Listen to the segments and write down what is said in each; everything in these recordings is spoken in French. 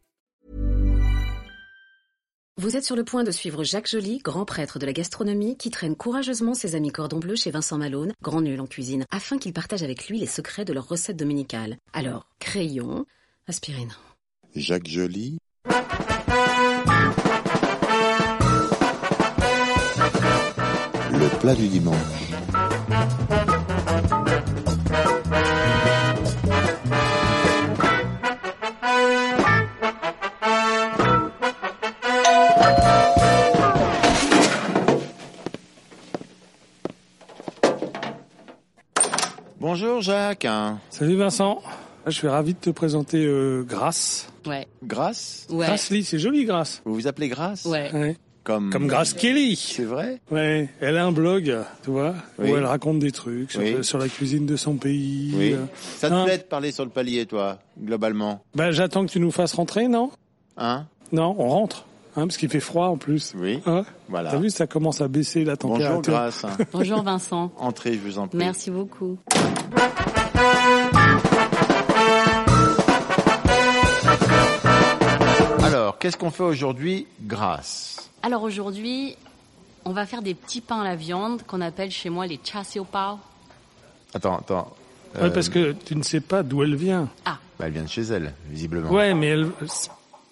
Vous êtes sur le point de suivre Jacques Joly, grand prêtre de la gastronomie, qui traîne courageusement ses amis cordon bleu chez Vincent Malone, grand nul en cuisine, afin qu'il partage avec lui les secrets de leurs recettes dominicales. Alors, crayon, aspirine. Jacques Joly, le plat du dimanche. Bonjour Jacques. Hein. Salut Vincent, Ah, je suis ravi de te présenter euh, Grasse. Ouais, Grasse ouais, Grasse Lee, c'est joli Grasse. Vous vous appelez Grasse ouais. Ouais. Comme... Comme Grasse Kelly. C'est vrai Ouais, elle a un blog, tu vois, Oui. où elle raconte des trucs sur, euh, Oui. sur la cuisine de son pays. Oui. Euh, Ça te hein. plaît de parler sur le palier, toi, globalement Bah, j'attends que tu nous fasses rentrer, non Hein Non, on rentre, hein, parce qu'il fait froid en plus. Oui. Hein Voilà. T'as vu, ça commence à baisser la température. Bonjour Grasse. hein. Bonjour Vincent. Entrez, je vous en prie. Merci beaucoup. Alors, qu'est-ce qu'on fait aujourd'hui Grasse. Alors aujourd'hui, on va faire des petits pains à la viande qu'on appelle chez moi les chasseau pao. Attends, attends. Euh, Ouais, parce que tu ne sais pas d'où elle vient. Ah, Bah, elle vient de chez elle, visiblement. Ouais, mais elle,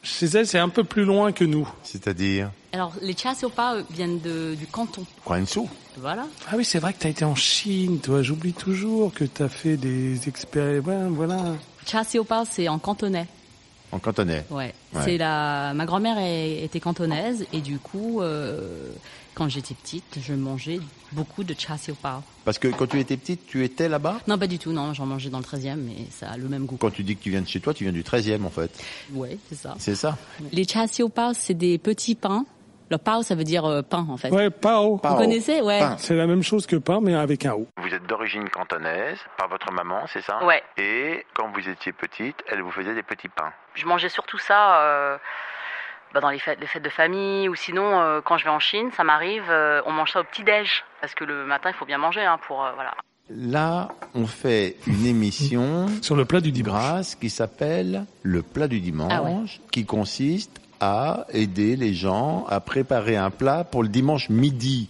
chez elle, c'est un peu plus loin que nous. C'est-à-dire alors les chasseau pao viennent de, du canton. Guangzhou. Voilà. Ah oui, c'est vrai que t'as été en Chine, toi. J'oublie toujours que t'as fait des expériences. Ouais, voilà. Chasseau pao, c'est en cantonais. En cantonais. Ouais. Ouais. C'est la. Ma grand-mère est- était cantonaise et du coup, euh, quand j'étais petite, je mangeais beaucoup de chasseau pao. Parce que quand tu étais petite, tu étais là-bas Non, pas du tout. Non, j'en mangeais dans le 13e, mais ça a le même goût. Quand tu dis que tu viens de chez toi, tu viens du 13e, en fait. Ouais, c'est ça. C'est ça Les chasseau pao, c'est des petits pains. Le pao, ça veut dire euh, pain en fait. Ouais, pao. Vous Pao. connaissez, ouais. Pain. C'est la même chose que pain, mais avec un O. Vous êtes d'origine cantonaise, par votre maman, c'est ça Ouais. Et quand vous étiez petite, elle vous faisait des petits pains. Je mangeais surtout ça euh, bah, dans les fêtes, les fêtes de famille ou sinon euh, quand je vais en Chine, ça m'arrive, euh, on mange ça au petit-déj parce que le matin il faut bien manger hein, pour euh, voilà. Là, on fait une émission Sur le plat du dimanche. grasse qui s'appelle le plat du dimanche, Ah ouais. qui consiste à aider les gens à préparer un plat pour le dimanche midi.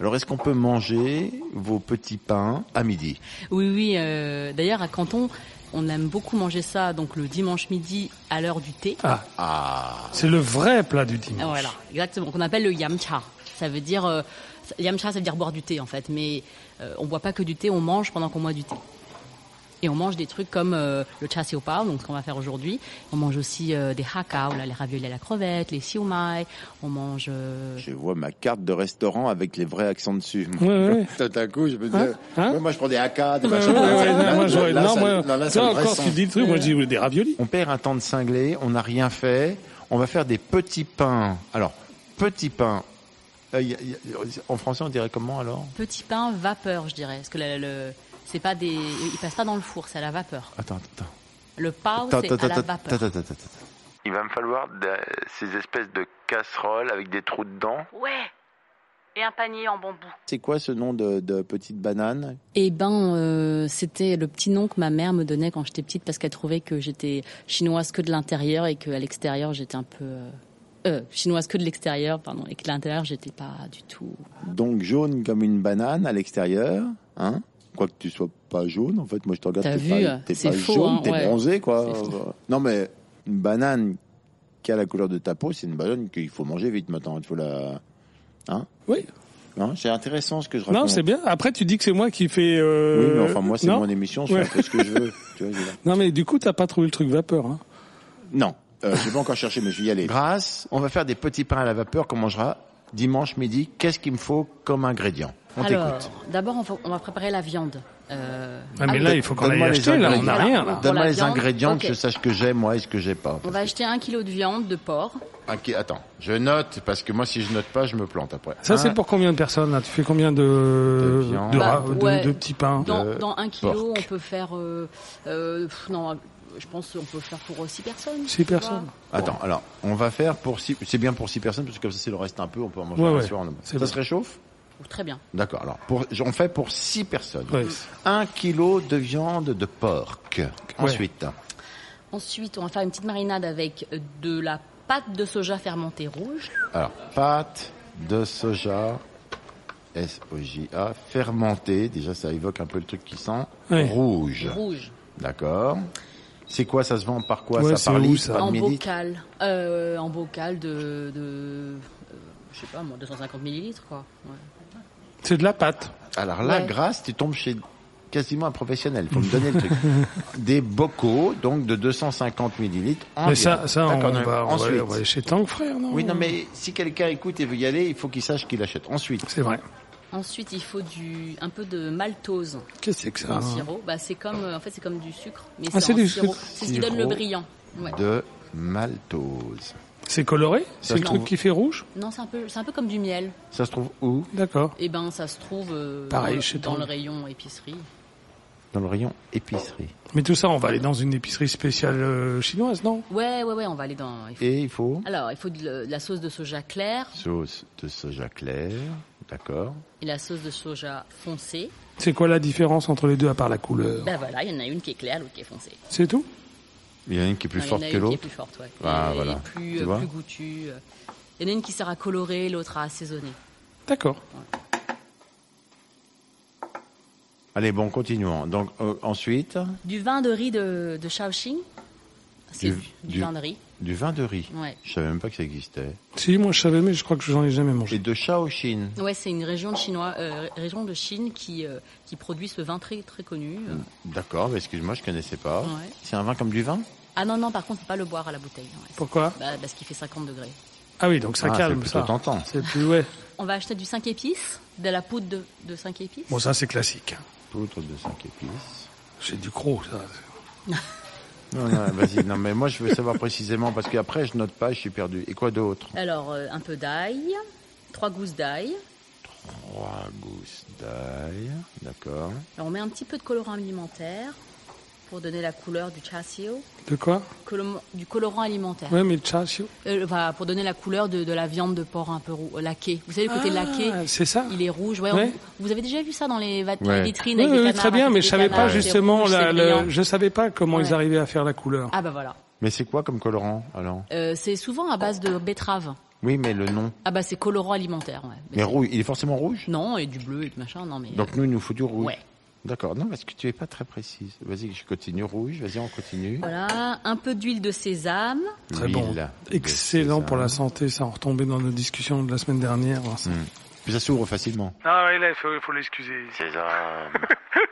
Alors, est-ce qu'on peut manger vos petits pains à midi Oui oui, euh, d'ailleurs à Canton, on aime beaucoup manger ça donc le dimanche midi à l'heure du thé. Ah, Ah, c'est le vrai plat du dimanche. Ah, Voilà, exactement, qu'on appelle le yamcha. Ça veut dire euh, yamcha, ça veut dire boire du thé en fait, mais euh, on boit pas que du thé, on mange pendant qu'on boit du thé. Et on mange des trucs comme euh, le chassi au pao, donc ce qu'on va faire aujourd'hui. On mange aussi euh, des hakao, là, les raviolis à la crevette, les siomai. On mange. euh, je vois ma carte de restaurant avec les vrais accents dessus. Ouais, ouais. Tout à coup, je me dis, Hein ouais, moi je prends des haka, des Ouais, machins. ouais, ouais, Là, non, moi, j'aurais- là, non, ça- moi, non, là, ça toi, me encore, ressent. tu dis le truc, moi, je dis des raviolis. On perd un temps de cinglé, on n'a rien fait, on va faire des petits pains. Alors, petits pains. Euh, y a- y a- en français, on dirait comment alors Petit pain vapeur, je dirais. Parce que le. le- c'est pas des. Il passe pas dans le four, c'est à la vapeur. Attends, attends. Le pao, attends. Oh, c'est à la vapeur. Il va me falloir ces espèces de casseroles avec des trous dedans. Ouais! Et un panier en bambou. C'est quoi ce nom de, de petite banane Eh ben, euh, c'était le petit nom que ma mère me donnait quand j'étais petite parce qu'elle trouvait que j'étais chinoise que de l'intérieur et qu'à l'extérieur j'étais un peu euh, euh, chinoise que de l'extérieur, pardon, et que de l'intérieur j'étais pas du tout. Donc jaune comme une banane à l'extérieur, hein Quoique tu sois pas jaune, en fait, moi je te regarde, T'as t'es vu, pas, euh, t'es c'est pas faux, jaune, hein, t'es ouais. bronzé, quoi. C'est Non mais une banane qui a la couleur de ta peau, c'est une banane qu'il faut manger vite maintenant. Il faut la, hein Oui. Hein, c'est intéressant ce que je raconte. Non, c'est bien. Après, tu dis que c'est moi qui fais. Oui, Euh... mais enfin moi c'est non mon émission, je Ouais. fais un peu ce que je veux. Tu vois, je veux dire. Non, mais du coup, t'as pas trouvé le truc vapeur. Hein. Non, euh, je vais pas encore chercher, mais je vais y aller. Grâce, on va faire des petits pains à la vapeur qu'on mangera dimanche midi. Qu'est-ce qu'il me faut comme ingrédient On Alors, t'écoute. d'abord, on, va- on va préparer la viande. Euh, Ah, mais ah là, oui, il faut qu'on aille Donne-moi les acheter, là, on n'a ingrédients. Bah, rien, là. Donne-moi Pour la les viande, ingrédients ok. que je sache que j'aime, moi, et ce que j'ai pas. on va acheter un kilo de viande de porc. Ok, attends, je note, parce que moi, si je note pas, je me plante après. Ça, c'est Un, pour combien de personnes, là Tu fais combien de, De viande. de, Bah, ra- de- ouais. de petits pains Euh, Dans, De dans un kilo, Euh, porc. on peut faire. euh, euh, pff, non, je pense qu'on peut faire pour 6 personnes. Six tu vois. personnes. Attends, alors, on va faire pour six, c'est bien pour six personnes, parce que comme ça, s'il en reste un peu, on peut en manger Ouais, un ouais, soir. en- c'est Ça bon. se réchauffe Oh, très bien. D'accord, alors, pour, on fait pour six personnes. Ouais. Un kilo de viande de porc. Ensuite, Ensuite, on va faire une petite marinade avec de la pâte de soja fermentée rouge. alors, pâte de soja, S-O-J-A, fermentée. Déjà, ça évoque un peu le truc qui sent. Ouais. Rouge. Rouge. D'accord. C'est quoi, ça se vend par quoi Ouais, c'est Ça par où, litre, ça par en millilitre bocal. Euh, en bocal de. de euh, je sais pas moi, 250 millilitres quoi. Ouais. C'est de la pâte. Alors là, Ouais. grâce, tu tombes chez quasiment un professionnel. Faut me donner le truc. Des bocaux, donc de 250 millilitres. Mais environ. ça, ça on, D'accord, non, va, on, va, ensuite. on va aller chez Tang Frère, non Oui, non, mais si quelqu'un écoute et veut y aller, il faut qu'il sache qu'il achète. Ensuite, C'est vrai. Ensuite, il faut du, un peu de maltose Qu'est-ce que c'est que ça en hein sirop. Bah, c'est comme, euh, en fait, c'est comme du sucre, mais Ah, c'est c'est en du sirop. sucre. C'est ce qui donne le Sirop. brillant. Ouais. de maltose. C'est coloré Ça C'est le se truc trouve- qui fait rouge Non, c'est un peu, c'est un peu comme du miel. Ça se trouve où D'accord. Et ben, ça se trouve euh, Pareil, dans, chez dans toi. le rayon épicerie. Dans le rayon épicerie. Mais tout ça, on va aller dans une épicerie spéciale euh, chinoise, non Ouais, ouais, ouais, on va aller dans. il faut- Et il faut Alors, il faut de, la- de la sauce de soja claire sauce de soja clair. D'accord. et la sauce de soja foncée. C'est quoi la différence entre les deux à part la couleur Ben voilà, il y en a une qui est claire, l'autre qui est foncée. C'est tout Il y en a une qui est plus Non, forte il que y en a une qui est l'autre. plus forte, ouais. Ah, et, voilà. et plus, Tu euh, vois plus goûtue. euh. Il y en a une qui sert à colorer, l'autre à assaisonner. D'accord. Allez, bon, continuons. Donc euh, ensuite, Du vin de riz de, de Shaoxing. C'est Du- du, du- du vin de riz. du vin de riz. Ouais. Je savais même pas que ça existait. Si, moi je savais, mais je crois que j'en ai jamais Et mangé. de Shaoxin. Ouais, c'est une région de chinois, euh, région de Chine qui euh, qui produit ce vin très très connu. Mm. euh. D'accord, mais excuse-moi, je connaissais pas. Ouais. C'est un vin comme du vin Ah non non, par contre, faut pas le boire à la bouteille. ouais. Pourquoi Bah, parce qu'il fait 50 degrés. Ah oui, donc ça Ah, calme, c'est ça. plutôt tentant. C'est plus, ouais. On va acheter du 5 épices, de la poudre de, de 5 épices. Bon, ça c'est classique. hein. Poudre de 5 épices. C'est du croc, ça. Non, non, vas-y, non, mais moi je veux savoir précisément parce qu'après je note pas, je suis perdu. Et quoi d'autre Alors euh, un peu d'ail, trois gousses d'ail. Trois gousses d'ail, d'accord. Alors, on met un petit peu de colorant alimentaire pour donner la couleur du cha siu. De quoi Colom- du colorant alimentaire. Ouais, mais cha siu. Euh, voilà, pour donner la couleur de, de la viande de porc un peu roux, euh, laquée. Vous savez, le côté Ah, laqué, c'est ça il est rouge. Ouais, Ouais. on- vous avez déjà vu ça dans les va- Ouais. vitrines Oui, avec les oui, canards très à bien, côté mais des je savais canards, pas c'est justement, rouge, la, le- c'est brillant. je savais pas comment Ouais. ils arrivaient à faire la couleur. Ah bah voilà. Mais c'est quoi comme colorant alors Euh, c'est souvent à base de betterave. Oui, mais le nom. Ah bah c'est colorant alimentaire, ouais. Mais rouge, il est forcément rouge Non, et du bleu et du machin, non mais... Donc nous, il nous faut du rouge. Ouais. D'accord, non, parce que tu es pas très précise. Vas-y, je continue rouge, vas-y, on continue. euh, Voilà, un peu d'huile de sésame. Très L'huile bon. de Excellent sésame. pour la santé, ça en retombait dans nos discussions de la semaine dernière. Oh, ça. Puis ça s'ouvre facilement. Ah oui, là, il faut, faut l'excuser. César,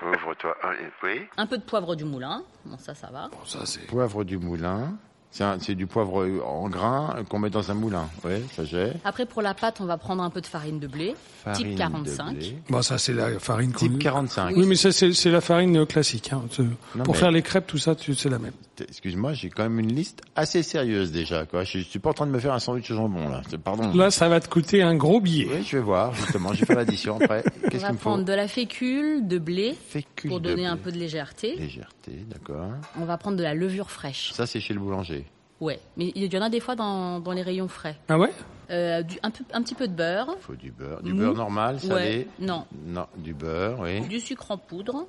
ouvre-toi. Oui Un peu de poivre du moulin. Bon, ça, ça va. Ça, c'est... Poivre du moulin. C'est un- C'est du poivre euh, en grain euh, qu'on met dans un moulin. Oui, ça j'ai. Après, pour la pâte, on va prendre un peu de farine de blé. Farine type de 45. blé. Bon, ça, c'est la farine qu'on... Type 45. Oui, mais ça, c'est, c'est la farine euh, classique. hein. Tu- Non, Pour mais- faire les crêpes, tout ça, tu, c'est la même. Excuse-moi, j'ai quand même une liste assez sérieuse déjà. Quoi. Je, je suis pas en train de me faire un sandwich au jambon là. C'est- Ah. Pardon. Là, ça va te coûter un gros billet. Oui, je vais voir justement. Je vais faire l'addition après. On Qu'est-ce va qu'il me faut prendre de la fécule, de blé, Fécule pour de donner blé. un peu de légèreté. légèreté, d'accord. On va prendre de la levure fraîche. Ça c'est chez le boulanger. Ouais, mais il y en a des fois dans, dans les rayons frais. Ah ouais Euh, du, un, peu, un petit peu de beurre, Il faut du beurre, du Mou. beurre normal, salé. Ouais, non. Non, du beurre, oui. du sucre en poudre,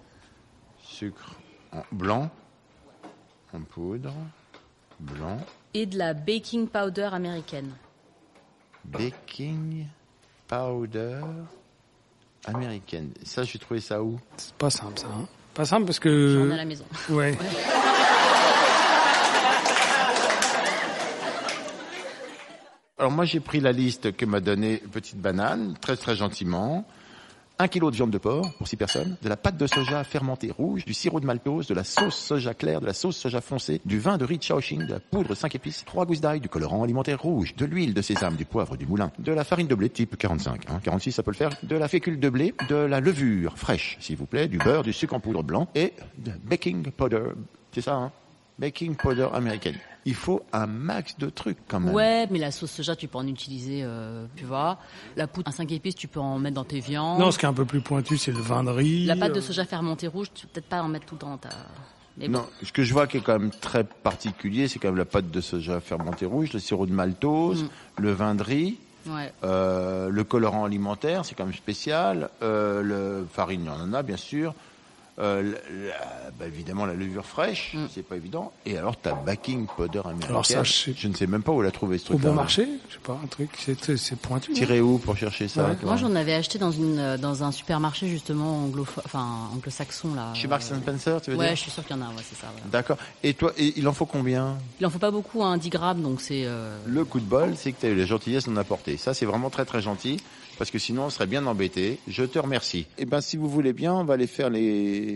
Sucre en blanc, en poudre, blanc, et de la baking powder américaine. baking powder américaine. Ça, j'ai trouvé ça où C'est pas simple, ça. hein. Pas simple parce que... J'en ai euh, à la maison. Ouais. Alors moi j'ai pris la liste que m'a donnée Petite Banane, très très gentiment. 1 kg de viande de porc pour 6 personnes, de la pâte de soja fermentée rouge, du sirop de maltose, de la sauce soja claire, de la sauce soja foncée, du vin de riz Shaoxing, de la poudre 5 épices, 3 gousses d'ail, du colorant alimentaire rouge, de l'huile de sésame, du poivre, du moulin, de la farine de blé type 45, hein, 46 ça peut le faire, de la fécule de blé, de la levure fraîche s'il vous plaît, du beurre, du sucre en poudre blanc et de baking powder, c'est ça hein Baking powder américaine. Il faut un max de trucs quand même. Ouais, mais la sauce soja, tu peux en utiliser, euh, tu vois. La poudre à 5 épices, tu peux en mettre dans tes viandes. Non, ce qui est un peu plus pointu, c'est le vin de riz. la pâte de euh, soja fermentée rouge, tu peux peut-être pas en mettre tout le temps dans ta... Mais bon. Non, ce que je vois qui est quand même très particulier, c'est quand même la pâte de soja fermentée rouge, le sirop de maltose, Mm. le vin de riz, Ouais. euh, le colorant alimentaire, c'est quand même spécial, euh, le farine, il y en a bien sûr, euh, la- la- bah, évidemment la levure fraîche, Mm. c'est pas évident, et alors ta baking powder américaine, Alors ça, je sais- je ne sais même pas où elle a trouvé ce Au truc bon marché, je sais pas, un truc, c'est c'est pointu. hein. Tirez où pour chercher ça Ouais. toi Moi, j'en avais acheté dans une euh, dans un supermarché justement anglo enfin anglo-saxon là. euh. Chez Marks and Spencer, tu veux Ouais, dire je suis sûr qu'il y en a. Ouais, c'est ça. ouais. D'accord. Et toi, et il en faut combien Il en faut pas beaucoup, hein, 10 grammes, donc c'est. euh, Le coup de bol, c'est que tu as eu la gentillesse d'en apporter. Ça, c'est vraiment très très gentil, parce que sinon, on serait bien embêté. Je te remercie. Eh ben, si vous voulez bien, on va aller faire les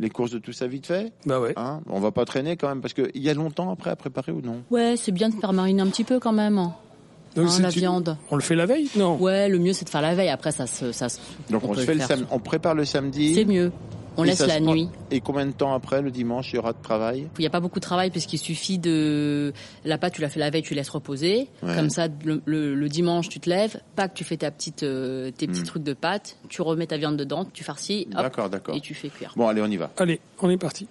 les courses de tout ça vite fait. Bah ouais. Hein on va pas traîner quand même, parce qu'il y a longtemps après à préparer ou non Ouais, c'est bien de faire mariner un petit peu quand même. hein. Donc Hein, c'est la une- viande. On le fait la veille Non. Ouais, le mieux c'est de faire la veille. Après, ça se ça. se- Donc, on, peut se fait le faire. sam- on prépare le samedi. C'est mieux. On Et laisse ça la se prend- nuit. Et combien de temps après, le dimanche, il y aura de travail Il n'y a pas beaucoup de travail puisqu'il suffit de la pâte, tu la fais la veille, tu laisses reposer. Ouais. Comme ça, le, le- le dimanche, tu te lèves, pas que tu fais ta petite, euh, tes petits trucs de pâte, tu remets ta viande dedans, tu farcis, hop, Hmm. D'accord, d'accord. et tu fais cuire. Bon, allez, on y va. Allez, on est parti.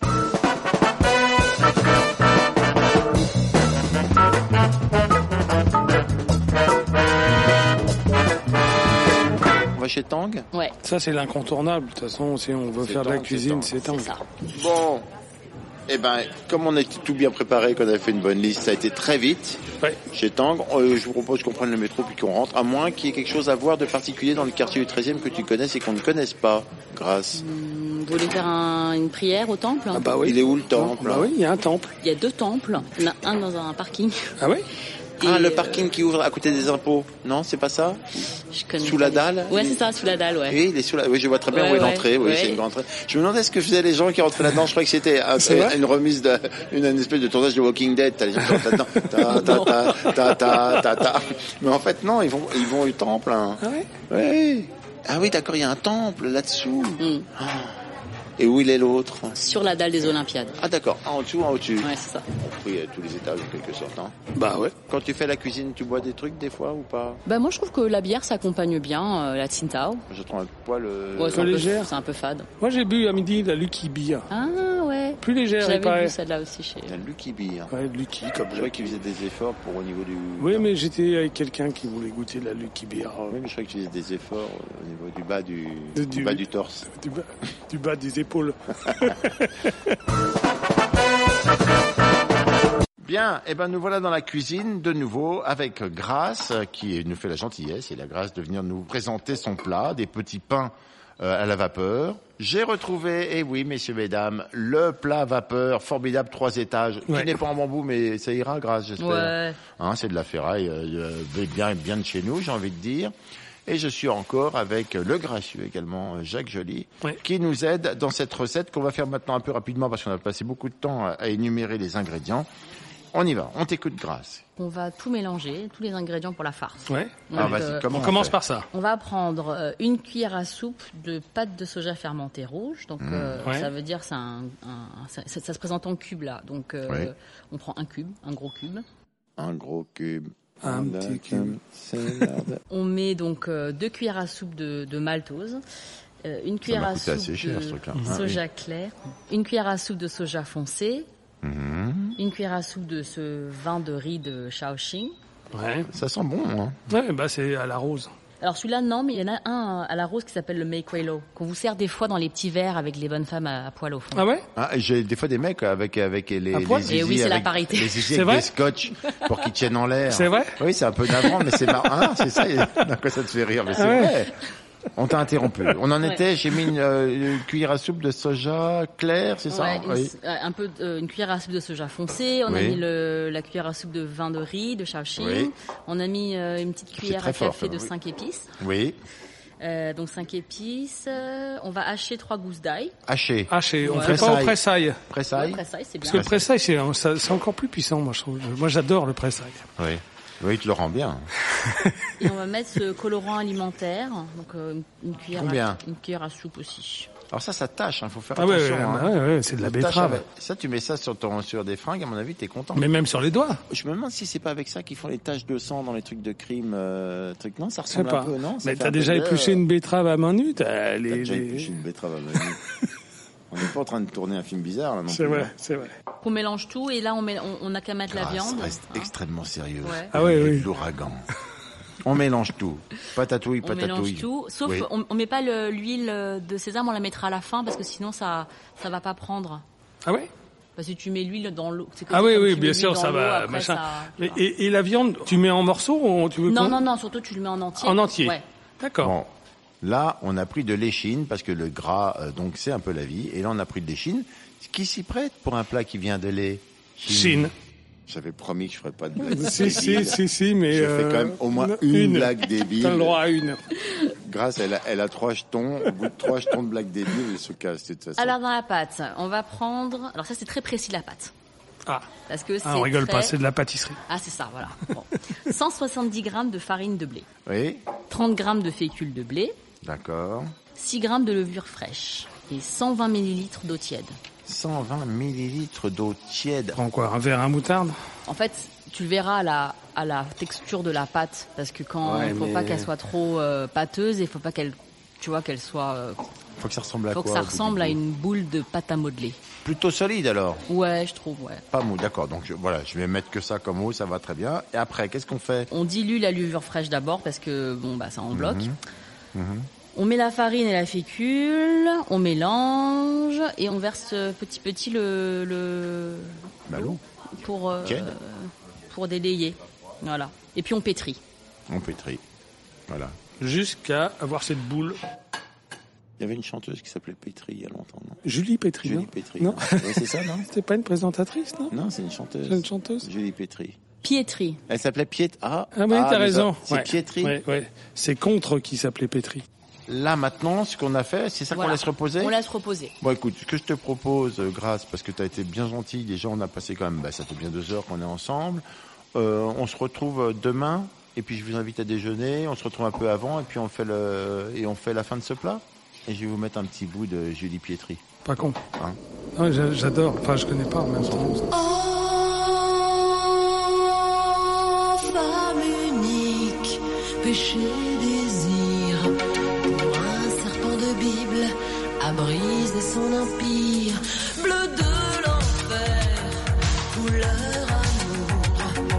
On va chez Tang Ouais, Ça, c'est l'incontournable. De toute façon, si on veut C'est faire de temps, c'est la temps. cuisine, c'est temps. c'est ça. Bon. Eh ben, comme on a tout bien préparé, qu'on a fait une bonne liste, ça a été très vite. Ouais. Chez Tang, euh, je vous propose qu'on prenne le métro puis qu'on rentre, à moins qu'il y ait quelque chose à voir de particulier dans le quartier du 13e que tu connaisses et qu'on ne connaisse pas. Grâce. Vous voulez faire un- une prière au temple hein bah oui. Il est où le temple Bah oui, il y a un temple. Il y a deux temples, Il y en a un dans un parking. Ah ouais Ah, Et, le euh, parking qui ouvre à côté des impôts. Non, c'est pas ça je connais Sous pas la les- dalle Ouais, Il- c'est ça, sous la dalle, ouais. Oui, il est sous la... Oui, je vois très bien Ouais, où est ouais. l'entrée. Oui, Ouais. c'est une grande entrée. Je me demandais ce que faisaient les gens qui rentraient là-dedans. Je croyais que c'était un- C'est vrai une remise, de... une, une espèce de tournage de Walking Dead. T'as les gens qui rentrent là-dedans. Ta, ta, ta, ta, ta, ta, ta. Mais en fait, non, ils vont, ils vont au temple. hein. Ah ouais Oui. Ah oui, d'accord, il y a un temple là-dessous. Ah. Mm. Et où il est l'autre Sur la dalle des Olympiades. Ah d'accord, en dessous, en au-dessus. Ouais, c'est ça. Oui, à euh, tous les étages en quelque sorte. hein. Bah ouais. Quand tu fais la cuisine, tu bois des trucs des fois ou pas Bah moi je trouve que la bière s'accompagne bien, euh, la Tsingtao. Je trouve un poil... euh, Ouais, c'est un peu- légère. C'est un peu fade. Moi, j'ai bu à midi de la Lucky Beer. Ah ouais. Plus légère, il J'avais paraît. vu celle-là aussi chez. Il y a Lucky hein. Beer. Ouais, de Lucky, Comme comme je je vois qu'il faisait des efforts pour au niveau du... Oui, mais j'étais avec quelqu'un qui voulait goûter de la Lucky Beer. Oh, Oui, mais je crois que tu faisais des efforts euh, au niveau du bas du, De- du du- bas du torse. Du bas, du bas des épaules. Bien, et ben nous voilà dans la cuisine de nouveau avec Grâce euh, qui nous fait la gentillesse et la grâce de venir nous présenter son plat, des petits pains euh, à la vapeur. J'ai retrouvé, et oui messieurs mesdames, le plat à vapeur formidable trois étages. Ouais. Qui n'est pas en bambou mais ça ira Grâce j'espère. Ouais. Hein, c'est de la ferraille euh, euh, bien bien de chez nous j'ai envie de dire. Et je suis encore avec euh, le gracieux également, euh, Jacques Joly, Ouais. qui nous aide dans cette recette qu'on va faire maintenant un peu rapidement parce qu'on a passé beaucoup de temps à- à énumérer les ingrédients. On y va, on t'écoute grâce. On va tout mélanger, tous les ingrédients pour la farce. Ouais. Donc, Ah, vas-y, euh, comment On on commence fait par ça. On va prendre euh, une cuillère à soupe de pâte de soja fermentée rouge. Donc Mmh. euh, Ouais. ça veut dire c'est un, un- ça, ça- ça se présente en cube là. Donc euh, Ouais. on prend un cube, un gros cube. Un gros cube. Un petit cube. C'est merde. On met donc euh, deux cuillères à soupe de, de maltose, euh, une cuillère m'a à coûté soupe assez cher, ce de truc-là. Ah, soja clair, une cuillère à soupe de soja foncé, Mhm. une cuillère à soupe de ce vin de riz de Shaoxing. Ouais. Ça sent bon, hein Ouais, bah c'est à la rose. Alors celui-là, non, mais il y en a un euh, à la rose qui s'appelle le Mei Kuei Lo, qu'on vous sert des fois dans les petits verres avec les bonnes femmes à, à poil au fond. Ah ouais Ah, et J'ai des fois des mecs avec avec les, les À poil Eh oui, zizi c'est la avec- parité. les zizi C'est avec vrai des scotch pour qu'ils tiennent en l'air. C'est vrai Oui, c'est un peu navrant, mais c'est marrant. Hein, c'est ça. D'un quoi ça te fait rire Mais c'est Ah ouais. vrai. On t'a interrompu. On en Ouais. était. J'ai mis une, euh, une cuillère à soupe de soja clair, c'est ça Ouais, une, Oui. euh, un peu, euh, une cuillère à soupe de soja foncé, on a Oui. mis le, la cuillère à soupe de vin de riz de Shaoxing, Oui. on a mis euh, une petite cuillère très à fort, café quand de même, oui. 5 épices. Oui. Euh, donc 5 épices. euh, on va hacher 3 gousses d'ail. Haché. Haché, Ah, on Ouais. fait pas au Pressaille. Pressaille. pressail. Après ça, c'est bien. Parce que le pressail, c'est ça- c'est encore plus puissant, moi, je trouve. Moi, j'adore le pressail. Oui. Oui, il te le rend bien. Et on va mettre ce colorant alimentaire. Donc euh, une, une cuillère Combien à, une cuillère à soupe aussi. Alors ça, ça tâche, il faut faire Ah ouais, attention. ouais, hein. ouais, ouais, c'est de la Ça tâche betterave. avec- Ça, tu mets ça sur, ton, sur des fringues, à mon avis, t'es content. Mais même sur les doigts. Je me demande si c'est pas avec ça qu'ils font les taches de sang dans les trucs de crime. Euh, truc. Non, ça Je sais ressemble un pas. peu, non Ça Mais fait t'as un peu déjà de- épluché une betterave à main nue t'as T'as les- déjà les- épluché une betterave à main nue. On n'est pas en train de tourner un film bizarre, là, non C'est plus, vrai, hein. c'est vrai. Qu'on mélange tout et là on met, on, on a qu'à mettre la Ah, viande. Ça reste hein. extrêmement sérieux. Ouais. Ah ouais, Il y a oui. de L'ouragan. On mélange tout. Patatouille, On patatouille. mélange tout, sauf Oui. on, on met pas le- l'huile euh, de sésame, on la mettra à la fin parce que sinon ça ça va pas prendre. Ah ouais Parce que tu mets l'huile dans l'eau. c'est comme- Ah oui, comme tu oui, mets bien l'huile sûr, dans ça l'eau, va, après, machin. ça- Et, et- et la viande, tu mets en morceaux ou tu veux Non, qu'on- non, non, surtout tu le mets en entier. En entier. Ouais. D'accord. Bon, là, on a pris de l'échine parce que le gras, euh, donc c'est un peu la vie. Et là, on a pris de l'échine, ce qui s'y prête pour un plat qui vient de lait. Chine. J'avais promis que je ferais pas de blague. Si, si, si, si, mais. Je fais euh, quand même au moins une, blague débile. T'as le droit à une. Grâce, elle a, elle a trois jetons. Au bout de trois jetons de blague débile, elle se casse. de toute façon. Alors dans la pâte, on va prendre. Alors ça c'est très précis la pâte. Ah, Parce que c'est ah, on rigole pas, très- c'est de la pâtisserie. Ah c'est ça, voilà. Bon. 170 grammes de farine de blé, Oui, 30 grammes de fécule de blé, d'accord. 6 grammes de levure fraîche et 120 millilitres d'eau tiède. 120 millilitres d'eau tiède. Prends quoi Un verre à moutarde En fait, tu le verras à la, à la texture de la pâte, parce que quand Ouais, il faut mais- pas qu'elle soit trop euh, pâteuse, il faut pas qu'elle, tu vois, qu'elle soit, euh, Faut que ça ressemble à faut que quoi ça au bout du ressemble à bout une boule de pâte à modeler. Plutôt solide alors. Ouais, je trouve, ouais. Pas mou, d'accord. Donc je- voilà, je vais mettre que ça comme eau, ça va très bien. Et après, qu'est-ce qu'on fait On dilue la levure fraîche d'abord parce que bon bah ça en bloque. Mhm. On met la farine et la fécule, on mélange et on verse euh, petit petit le, le Bah, l'eau. pour euh, Ok. pour délayer. Voilà. Et puis on pétrit. On pétrit. Voilà. Jusqu'à avoir cette boule. Il y avait une chanteuse qui s'appelait Pétri il y a longtemps, non Julie Pétri. Julie non Pétri. Non. Ouais, c'est ça, non C'était pas une présentatrice, non Non, c'est une chanteuse. C'est une chanteuse Julie Pétri. Piétri. Elle s'appelait Piet. Ah, Ah oui, ah, t'as mais raison. ça- C'est Ouais. Pietri. Ouais, ouais. C'est contre qui s'appelait Pétri. Là, maintenant, ce qu'on a fait, c'est ça Voilà. qu'on laisse reposer On laisse reposer. Bon, écoute, ce que je te propose, euh, Grâce, parce que tu as été bien gentil, déjà, on a passé quand même, bah, ça fait bien deux heures qu'on est ensemble. Euh, on se retrouve euh, demain, et puis je vous invite à déjeuner. On se retrouve un peu avant, et puis on fait, le, et on fait la fin de ce plat. Et je vais vous mettre un petit bout de Julie Pietri. Pas con. Hein Non, j'a- J'adore. Enfin, je connais pas en même temps. Femme unique, péché, désir, pour un serpent de Bible, a brisé son empire, bleu de l'enfer, couleur amour,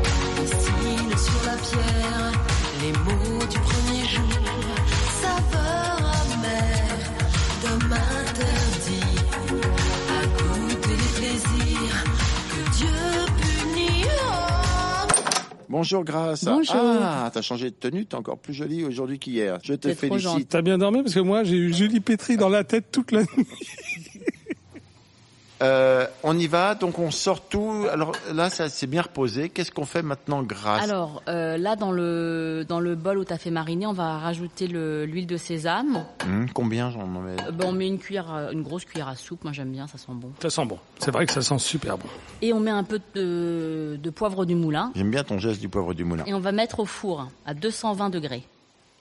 dessine sur la pierre, les mots du premier jour, saveur amère, d'homme interdit, à goûter les plaisirs que Dieu punira. Bonjour, Grâce. Bonjour. Ah, t'as changé de tenue, t'es encore plus jolie aujourd'hui qu'hier. Je te T'es trop félicite. T'as bien dormi parce que moi, j'ai eu Julie Pétri dans la tête toute la nuit. Euh, on y va, donc on sort tout. Alors là, ça s'est bien reposé. Qu'est-ce qu'on fait maintenant, Grâce Alors euh, là dans le dans le bol où t'as fait mariner, on va rajouter le- l'huile de sésame. Hum, Combien j'en mets Euh, bah, on met une cuillère, à- une grosse cuillère à soupe. Moi j'aime bien, ça sent bon. Ça sent bon. C'est vrai que ça sent super bon. Et on met un peu de, de poivre du moulin. J'aime bien ton geste du poivre du moulin. Et on va mettre au four à 220 degrés.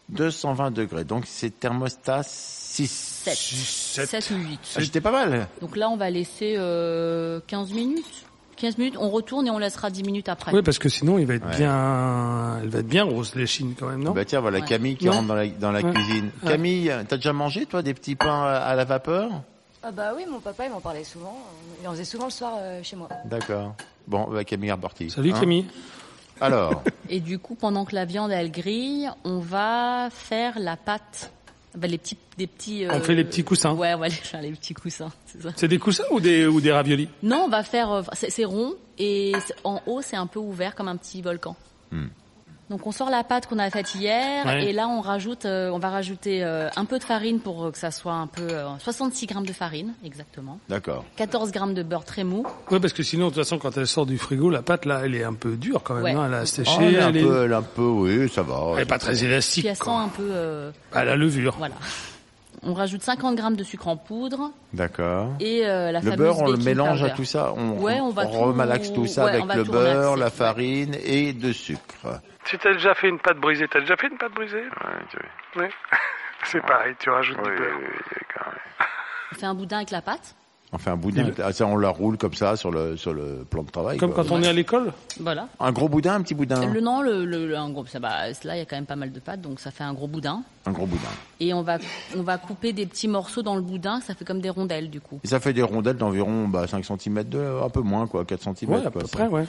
220 degrés, donc c'est thermostat 6. 7. Sept. 7 ou 8. Ah, J'étais pas mal. Donc là, on va laisser euh, 15 minutes. 15 minutes, on retourne et on laissera 10 minutes après. Oui, parce que sinon, il va être Ouais. bien, elle va être bien grosse l'échine quand même, non Bah tiens, voilà Ouais. Camille qui Ouais. rentre dans la, dans la Ouais. cuisine. Camille, t'as déjà mangé toi des petits pains euh, à la vapeur Ah bah oui, mon papa, il m'en parlait souvent. Il en faisait souvent le soir euh, chez moi. Oh, D'accord. Bon, bah, Camille est repartie. Salut Hein Camille. Alors, Et du coup, pendant que la viande, elle grille, on va faire la pâte. Bah, les petits, des petits, euh, On fait les petits coussins. Ouais, on va les faire les petits coussins, c'est ça. C'est des coussins ou des ou des raviolis Non, on Hmm. va faire... euh, c'est c'est rond et c'est- en haut, c'est un peu ouvert comme un petit volcan. Donc on sort la pâte qu'on a faite hier Ouais. et là on rajoute, euh, on va rajouter euh, un peu de farine pour euh, que ça soit un peu euh, 66 grammes de farine exactement, D'accord. 14 grammes de beurre très mou. Ouais, parce que sinon, de toute façon, quand elle sort du frigo, la pâte, là, elle est un peu dure quand même. Ouais. hein, elle a séché, Oh, elle est Eh ben, un elle, est... peu, elle est un peu, oui, ça va. elle est pas très élastique. Puis elle sent quoi. un peu, euh, À la levure. voilà. On rajoute 50 grammes de sucre en poudre D'accord. et euh, la Le fameuse beurre, on le baking mélange à powder. tout ça. On, Ouais, on va tout- remalaxe tout ça ouais, on avec va le tout beurre, relaxer. la farine et de sucre. Si t'as déjà fait une pâte brisée, t'as déjà fait une pâte brisée Ouais, tu- Oui. C'est pareil, tu rajoutes Oui, oui, oui, d'accord. On fait un boudin avec la pâte. On fait un boudin. Ah, ça, on la roule comme ça sur le sur le plan de travail. Comme quoi. quand on est à l'école Voilà. Un gros boudin, un petit boudin. Le non, le, le, le- un gros, ça, bah, là il y a quand même pas mal de pâtes donc ça fait un gros boudin. Un gros boudin. Et on va, on va couper des petits morceaux dans le boudin, ça fait comme des rondelles du coup. Et ça fait des rondelles d'environ bah, 5 cm, de, un peu moins, quoi, 4 cm. Ouais, à peu près, ouais.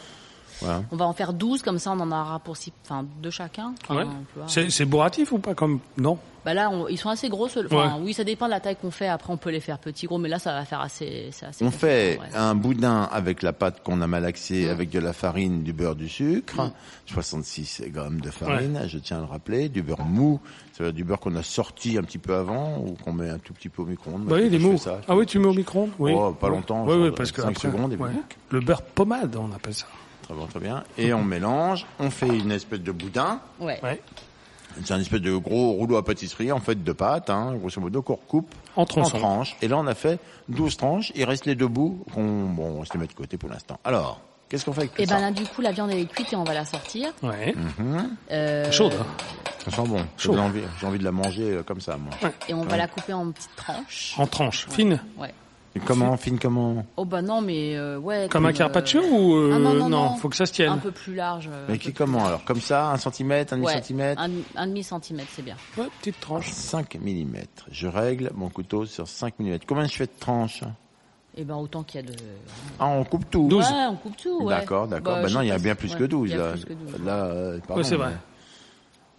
On va en faire 12, comme ça on en aura pour six, enfin deux chacun. Enfin, Ah Ouais. tu vois. C'est c'est bourratif ou pas comme Non. Bah là, on- ils sont assez gros. ce- Enfin, Oui, ça dépend de la taille qu'on fait. Après, on peut les faire petits, gros, mais là, ça va faire assez. c'est assez On conséquent, fait ouais. un boudin avec la pâte qu'on a malaxée, avec de la farine, du beurre, du sucre, 66 grammes de farine, je tiens à le rappeler, du beurre mou, c'est-à-dire du beurre qu'on a sorti un petit peu avant ou qu'on met un tout petit peu au micro-ondes. Bah Moi, oui, il est je fais mou. ça, je Ah fais- oui, tu mets au micro-ondes Oui. Oh, pas longtemps, Oui, genre oui, parce que. cinq après, secondes et puis- Le beurre pommade, on appelle ça. Très bien, très bien. Et on mélange, on fait une espèce de boudin, Ouais. Ouais. c'est un espèce de gros rouleau à pâtisserie en fait de pâte, hein, grosso modo, qu'on recoupe En tronçon. tranches. Et là, on a fait 12 tranches, il reste les deux bouts qu'on bon, on se les met de côté pour l'instant. Alors, qu'est-ce qu'on fait avec tout Et ben ça là, du coup, la viande elle est cuite et on va la sortir. Ouais. Mm. Euh, Chaude. hein. Ça sent bon. J'ai Chaud. envie, j'ai envie de la manger euh, comme ça, moi. Et on va la couper en petites tranches. En tranches. Fine. Ouais. Et comment, fine comment Oh bah non, mais euh, ouais. Comme un carpaccio ou. euh, Ah, non, non, non. faut que ça se tienne. Un peu plus large. euh, un Mais peu qui plus- comment hein alors Comme ça, un centimètre, un Ouais, demi-centimètre un, un demi centimètre, c'est bien. Ouais, petite tranche. 5 mm. Je règle mon couteau sur 5 mm. Combien je fais de tranches Et ben autant qu'il y a de. Ah, on coupe tout. 12. Ouais, on coupe tout. Ouais. D'accord, d'accord. Bah, Bah, je non, sais il y a pas bien si- plus ouais, que 12. il y a Là, plus que 12. là euh, pardon, c'est vrai. mais-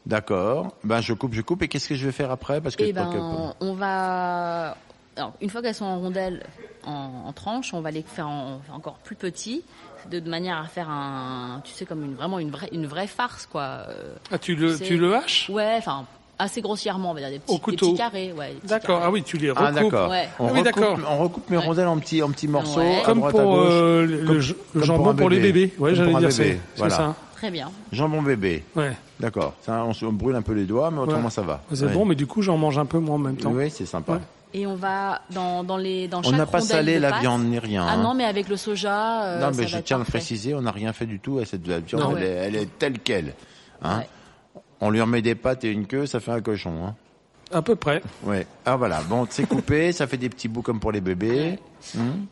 D'accord. Ben, je coupe, je coupe. Et qu'est-ce que je vais faire après Parce que Eh je crois Ah ben, on va. Alors, une fois qu'elles sont en rondelles, en, en tranches, on va les faire en- encore plus petits, de, de manière à faire un, tu sais, comme une vraiment une vraie, une vraie farce, quoi. Euh, Ah, tu le, C'est- tu le haches ouais, enfin assez grossièrement, on va dire des petits, Au des couteau. petits carrés, ouais. des petits D'accord. carrés. Ah oui, tu les recoupes. Ah d'accord. Ouais. On, Ah oui, recoupe- d'accord. on recoupe mes Ouais. rondelles en petits, en petits morceaux. Ouais. à Comme droite, à pour gauche. euh, le, Comme- le comme jambon un pour, les bébé. bébés. Ouais, Comme j'allais pour un dire bébé. c'est c'est Voilà. ça. Très bien. Jambon bébé. Ouais. D'accord. Ça, on, se- on brûle un peu les doigts, mais autrement Ouais. ça va. C'est Ouais. bon, mais du coup, j'en mange un peu moi en même temps. Oui, c'est sympa. Ouais. Et on va dans, dans les dans On chaque n'a pas rondelle salé de la pâte- viande ni rien. Ah hein. non, mais avec le soja. euh, Non, ça mais va je être tiens à le parfait. préciser, on n'a rien fait du tout à cette la viande. Non. Elle, est, elle est telle quelle. Hein Ouais. On lui remet des pattes et une queue, ça fait un cochon. Hein À peu près. ouais. Ah voilà, bon, c'est coupé, ça fait des petits bouts comme pour les bébés.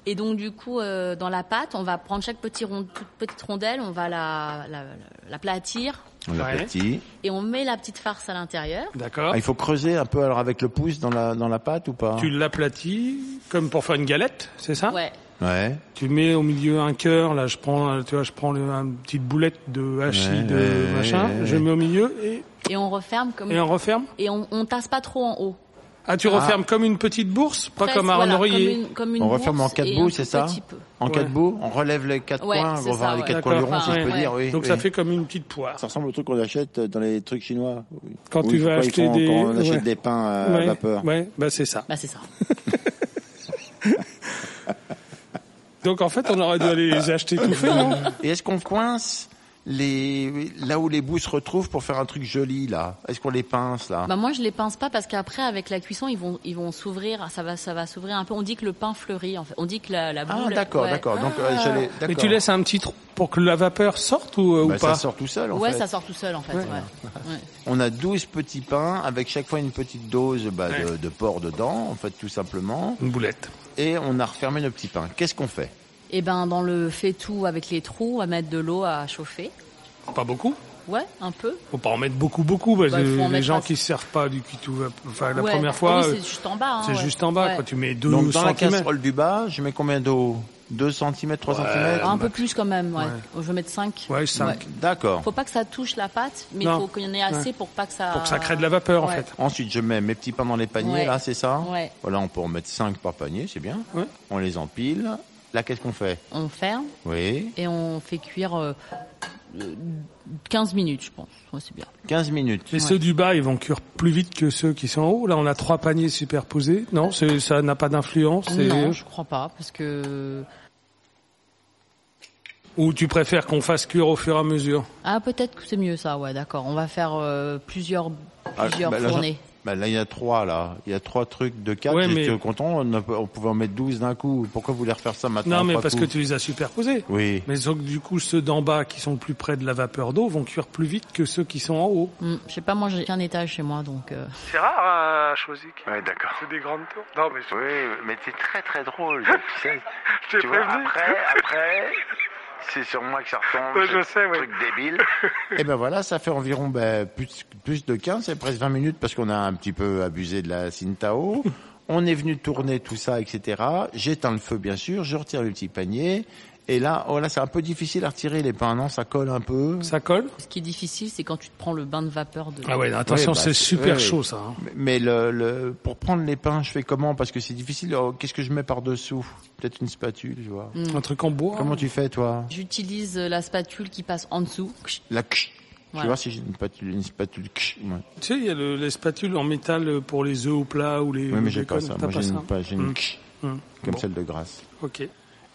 Et donc du coup, euh, dans la pâte, on va prendre chaque petit rond, toute petite rondelle, on va la la, la, l'aplatir. On l'a Ouais. petit. et on met la petite farce à l'intérieur. D'accord. Ah, il faut creuser un peu alors avec le pouce dans la dans la pâte ou pas Tu l'aplatis comme pour faire une galette, c'est ça Ouais. Ouais. Tu mets au milieu un cœur. Là, je prends, euh, tu vois, je prends le, une petite boulette de hachis, Ouais, de ouais, machin. ouais, ouais. Je mets au milieu et, Et on referme comme et on referme. et on, on tasse pas trop en haut. Ah, tu refermes comme une petite bourse, pas Presque, comme un voilà, oreiller. Comme une, comme une On referme en bourse quatre et bouts, un c'est tout ça petit peu. En Ouais. quatre bouts, on relève les quatre Ouais, coins, c'est on va ça, les ouais. quatre coins du rond, D'accord, si je peux ouais. dire. Oui, Donc oui. ça fait comme une petite poire. Ça ressemble au truc qu'on achète dans les trucs chinois. Quand tu vas ils acheter font- des- quand on achète ouais. des pains à ouais, vapeur. ouais, bah c'est ça. Bah c'est ça. Donc en fait, on aurait dû aller les acheter tout fait, non Et est-ce qu'on coince les là où les bouts se retrouvent pour faire un truc joli là Est-ce qu'on les pince là Bah moi je les pince pas parce qu'après avec la cuisson ils vont ils vont s'ouvrir, ça va ça va s'ouvrir un peu. On dit que le pain fleurit en fait. On dit que la, la Ah boule. d'accord, ouais. Ah. d'accord. Donc euh, j'allais- Mais d'accord. tu laisses un petit trou pour que la vapeur sorte ou, euh, Bah, ou pas ça sort tout seul en Ouais, fait. ça sort tout seul en fait. Ouais. Ouais. On a 12 petits pains avec chaque fois une petite dose bah, de, de porc dedans en fait tout simplement Une boulette. et on a refermé nos petits pains. Qu'est-ce qu'on fait Et ben dans le faitout avec les trous, on va mettre de l'eau à chauffer. Pas beaucoup. Ouais, un peu. Faut pas en mettre beaucoup, beaucoup, parce Bah, il faut en que les mettre gens assez. qui se servent pas du cuitou, vapeur- enfin la Ouais. première fois, Ah euh, oui, c'est juste en bas. hein, c'est ouais. juste en bas. Ouais. Quand tu mets 2 Donc dans la centimètres, casserole du bas, je mets combien d'eau 2 cm, 3 Euh, Un cm peu plus quand même. Ouais. Je vais mettre 5 bah, ouais, cinq. D'accord. Faut pas que ça touche la pâte, mais il Non. faut qu'il y en ait assez pour pas que ça. pour que ça crée de la vapeur en Ouais. fait. Ensuite, je mets mes petits pains dans les paniers, Ouais. là, c'est ça Ouais. Voilà, on peut en mettre 5 par panier, c'est bien. Ouais. On les empile. Là, qu'est-ce qu'on fait On ferme Oui. et on fait cuire euh, euh, 15 minutes, je pense. Ouais, c'est bien. 15 minutes. Mais ceux du bas, ils vont cuire plus vite que ceux qui sont en haut. Là, on a trois paniers superposés. Non, c'est- ça n'a pas d'influence. c'est- Non, je crois pas, parce que... Ou tu préfères qu'on fasse cuire au fur et à mesure Ah, peut-être que c'est mieux ça, ouais, d'accord. On va faire euh, plusieurs, Ah, plusieurs bah, là, j'en- fournées. bah, là, il y a trois, là. Il y a trois trucs de quatre. Ouais, J'étais mais- content. On, a- on pouvait en mettre 12 d'un coup. Pourquoi vous voulez refaire ça maintenant Non, mais trois parce que coups tu les as superposés. Oui. Mais donc, du coup, ceux d'en bas qui sont le plus près de la vapeur d'eau vont cuire plus vite que ceux qui sont en haut. Hmm, je sais pas, moi j'ai qu'un étage chez moi, donc... euh, C'est rare à Chosic. Ouais, d'accord. des grandes tours. Non, mais Oui, mais c'est très très drôle. tu sais, tu vois, prévenu. après, après, c'est sur moi que ça retombe. Ouais, je ce sais, ouais. Truc débile. Et ben voilà, ça fait environ ben, plus, plus de 15, c'est presque 20 minutes parce qu'on a un petit peu abusé de la Sintao. On est venu tourner tout ça, etc. J'éteins le feu, bien sûr. Je retire le petit panier. Et là, oh là, c'est un peu difficile à retirer les pains, non Ça colle un peu. Ça colle Ce qui est difficile, c'est quand tu te prends le bain de vapeur de... Ah ouais, attention, Ouais, bah, c'est c'est- super ouais. chaud ça. hein. Mais le, le- pour prendre les pains, je fais comment Parce que c'est difficile. Oh, Qu'est-ce que je mets par dessous Peut-être une spatule, tu vois. Un truc en bois. Comment tu fais, toi J'utilise euh, la spatule qui passe en dessous. La ksh. Tu Ouais. vois si j'ai une spatule, une spatule ksh, ouais. Tu sais, il y a le, les spatules en métal pour les œufs au plat ou les. Oui, mais les j'ai pas bacon. ça. T'as Moi, j'ai pas une, ça pas- j'ai une Mm. ksh, Hum, comme Bon. celle de grâce. Ok. Et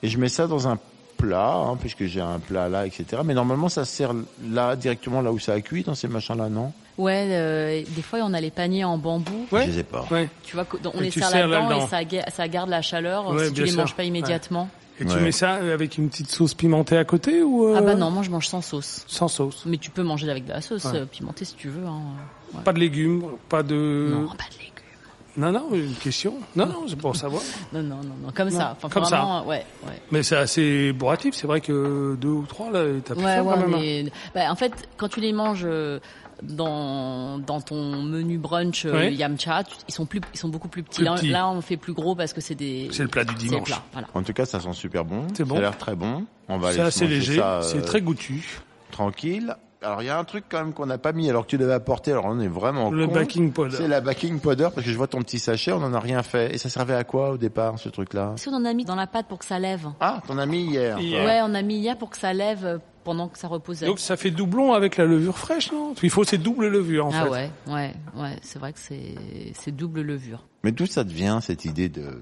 je mets ça dans un plat, hein, puisque j'ai un plat là, etc. Mais normalement, ça se sert là, directement là où ça a cuit, dans ces machins-là, non Ouais, euh, des fois on a les paniers en bambou. Ouais. Je les ai pas. Ouais. Tu vois, que- donc, on Et les tu serre serres là-dedans là-dedans. et ça, ga- ça garde la chaleur euh, Ouais, si tu bien les sûr. manges pas immédiatement. Et tu Ouais. mets ça avec une petite sauce pimentée à côté ou euh, Ah bah non, moi je mange sans sauce. Sans sauce. Mais tu peux manger avec de la sauce Ouais. euh, pimentée si tu veux. Hein. Ouais. Pas de légumes, pas de. Non, pas de légumes. non, non, une question. Non, non, c'est pour savoir. Non, non, non, non, comme Non, ça. Enfin, comme ça. vraiment, euh, Ouais, ouais. Mais c'est assez bourratif. C'est vrai que deux ou trois là, t'as plus Ouais, faim quand ouais, même. hein. mais bah, en fait, quand tu les manges euh, dans dans ton menu brunch euh, Ouais. yamcha, tu- ils sont plus, ils sont beaucoup plus petits. Plus là, petits. là, on fait plus gros parce que c'est des. C'est le plat du c'est dimanche. plat, voilà. En tout cas, ça sent super bon. C'est bon. Ça a l'air très bon. On va C'est aller se assez manger léger. ça, euh, C'est très goûtu. tranquille. Alors, il y a un truc quand même qu'on n'a pas mis, alors que tu devais apporter. Alors, on est vraiment Le con. baking powder. C'est la baking powder, parce que je vois ton petit sachet, on n'en a rien fait. Et ça servait à quoi au départ, ce truc-là Si on en a mis dans la pâte pour que ça lève. Ah, t'en as mis hier. Hier. Ouais, on a mis hier pour que ça lève euh, pendant que ça repose. Donc ça fait doublon avec la levure fraîche, non Il faut ces doubles levures en ah fait. ouais, ouais, ouais, c'est vrai que c'est c'est double levure. Mais d'où ça devient cette idée de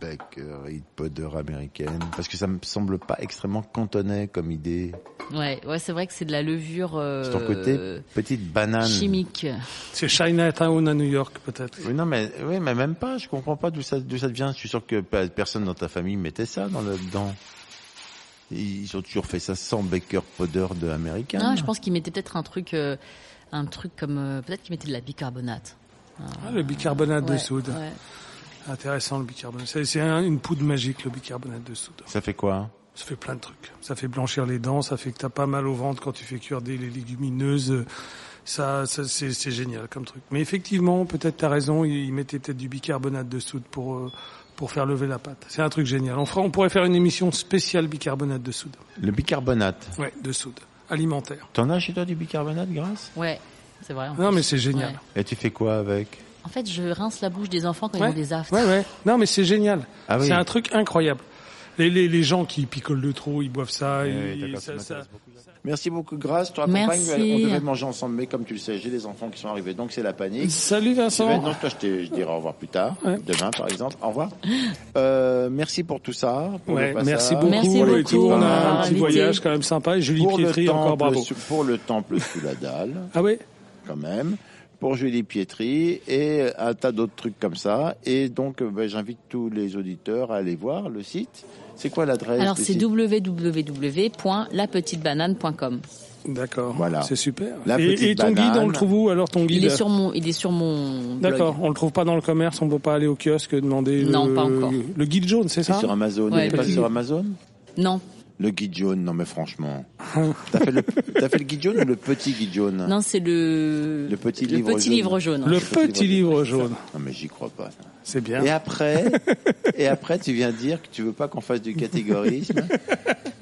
bakery powder américaine Parce que ça me semble pas extrêmement cantonais comme idée. Ouais, ouais, c'est vrai que c'est de la levure euh, C'est ton côté petite banane. chimique. C'est Chinatown à New York peut-être. Oui, non, mais, oui, mais même pas. Je comprends pas d'où ça, d'où ça devient. Je suis sûr que pe- personne dans ta famille mettait ça dans le, dedans. Ils ont toujours fait ça sans baker powder de américain. Ah, je pense qu'il mettait peut-être un truc, euh, un truc comme euh, peut-être qu'il mettait de la bicarbonate. Ah, le bicarbonate de Ouais, soude. ouais. Intéressant le bicarbonate. C'est c'est un- une poudre magique le bicarbonate de soude. Ça fait quoi hein Ça fait plein de trucs. Ça fait blanchir les dents, ça fait que t'as pas mal au ventre quand tu fais cuire des les légumineuses. Ça, ça c'est c'est génial comme truc. Mais effectivement, peut-être t'as raison, ils ils mettaient peut-être du bicarbonate de soude pour euh, pour faire lever la pâte. C'est un truc génial. On, fera, on pourrait faire une émission spéciale bicarbonate de soude. Le bicarbonate. Ouais, de soude alimentaire. T'en as chez toi du bicarbonate, grâce Ouais, c'est vrai. en Non plus. mais c'est génial. Ouais. Et tu fais quoi avec En fait, je rince la bouche des enfants quand ils Ouais. ont des aftes. Ouais, ouais. Non, mais c'est génial. Ah oui. C'est un truc incroyable. Les, les, les gens qui picolent de trop, ils boivent ça. Eh et- et ça, ça- Merci beaucoup, Grâce. Toi, Merci. on devait manger ensemble, mais comme tu le sais, j'ai des enfants qui sont arrivés, donc c'est la panique. Salut Tu vas- Vincent. non, toi, je, te, je dirai au revoir plus tard, Ouais. demain par exemple. Au revoir. Euh, merci pour tout ça. Pour Ouais, le passage, merci beaucoup. Merci pour les beaucoup, euh, tours. On a un on m'a petit invité. voyage quand même sympa. Et Julie Pour le, Pietri, temple, encore bravo. sous- pour le temple sous la dalle, Ah ouais quand même. Pour Julie Pietri et un tas d'autres trucs comme ça. Et donc, euh, ben, j'invite tous les auditeurs à aller voir le site. C'est quoi l'adresse Alors du c'est site www.lapetitebanane.com. D'accord. Voilà. C'est super. La petite et, et ton banane. guide, on le trouve où alors ton guide Il est sur mon, il est sur mon. blog. D'accord. On le trouve pas dans le commerce. On peut pas aller au kiosque demander. Non, le... pas encore. Le guide jaune, c'est C'est ça sur Amazon. Ouais, Il est le pas guide. sur Amazon Non, Le guide jaune, non mais franchement. T'as fait, le- t'as fait le guide jaune ou le petit guide jaune non, c'est le. Le petit livre jaune. livre jaune. Le petit livre jaune. Non mais j'y crois pas. C'est bien. Et après, et après, tu viens dire que tu veux pas qu'on fasse du catégorisme.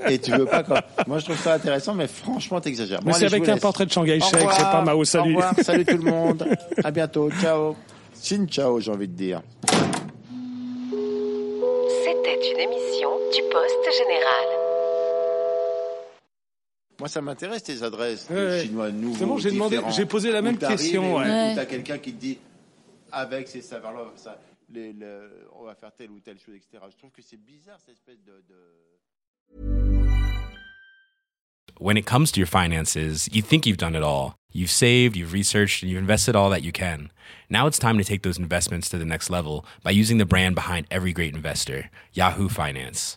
et tu veux pas qu'on... Moi, je trouve ça intéressant, mais franchement, t'exagères. Mais Bon, c'est allez, je avec vous un laisse. portrait de Shanghai Au Shek, c'est revoir, pas Mao. Au Salut. revoir, salut tout le monde. À bientôt. Ciao. Xin ciao, j'ai envie de dire. C'était une émission du Poste Général. Moi, ça m'intéresse tes adresses de Ouais. chinois nouveaux. C'est bon, j'ai demandé- différents, j'ai posé la où même t'arrives question, et où ouais. T'as quelqu'un qui te dit avec ces saveurs-là, ça, les- le- on va faire telle ou telle chose, etc. Je trouve que c'est bizarre cette espèce de- de... when it comes to your finances, you think you've done it all. You've saved, you've researched, and you've invested all that you can. Now it's time to take those investments to the next level by using the brand behind every great investor, Yahoo Finance.